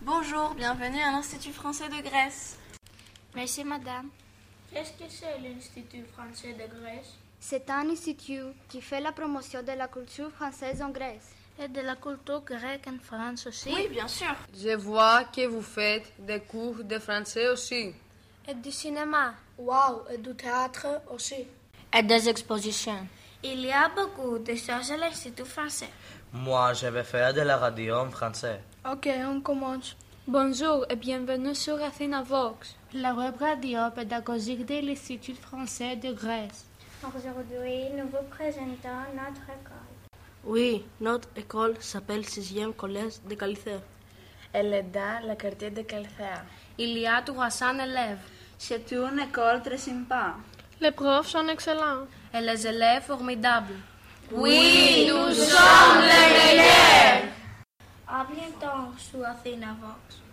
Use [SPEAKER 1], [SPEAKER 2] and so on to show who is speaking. [SPEAKER 1] Bonjour, bienvenue à l'Institut français de Grèce.
[SPEAKER 2] Merci madame.
[SPEAKER 3] Qu'est-ce que c'est l'Institut français de Grèce
[SPEAKER 4] C'est un institut qui fait la promotion de la culture française en Grèce.
[SPEAKER 2] Et de la culture grecque en France aussi.
[SPEAKER 1] Oui, bien sûr.
[SPEAKER 5] Je vois que vous faites des cours de français aussi.
[SPEAKER 6] Et du cinéma.
[SPEAKER 7] Waouh, et du théâtre aussi.
[SPEAKER 8] Et des expositions.
[SPEAKER 9] Il y a beaucoup de choses à l'Institut français.
[SPEAKER 10] Moi, je vais faire de la radio en français.
[SPEAKER 6] Ok, on commence.
[SPEAKER 2] Bonjour et bienvenue sur Athena Vox,
[SPEAKER 11] la web radio pédagogique de l'Institut français de Grèce.
[SPEAKER 12] Aujourd'hui, nous vous présentons notre école.
[SPEAKER 13] Oui, notre école s'appelle 6e Collège de Califère.
[SPEAKER 14] Elle est dans le quartier de Califère.
[SPEAKER 15] Il y a 300 élèves.
[SPEAKER 16] C'est une école très sympa.
[SPEAKER 6] Les profs sont excellents.
[SPEAKER 15] Et les élèves formidables.
[SPEAKER 17] Oui, nous sommes les meilleurs.
[SPEAKER 9] À bientôt sur Athénavox.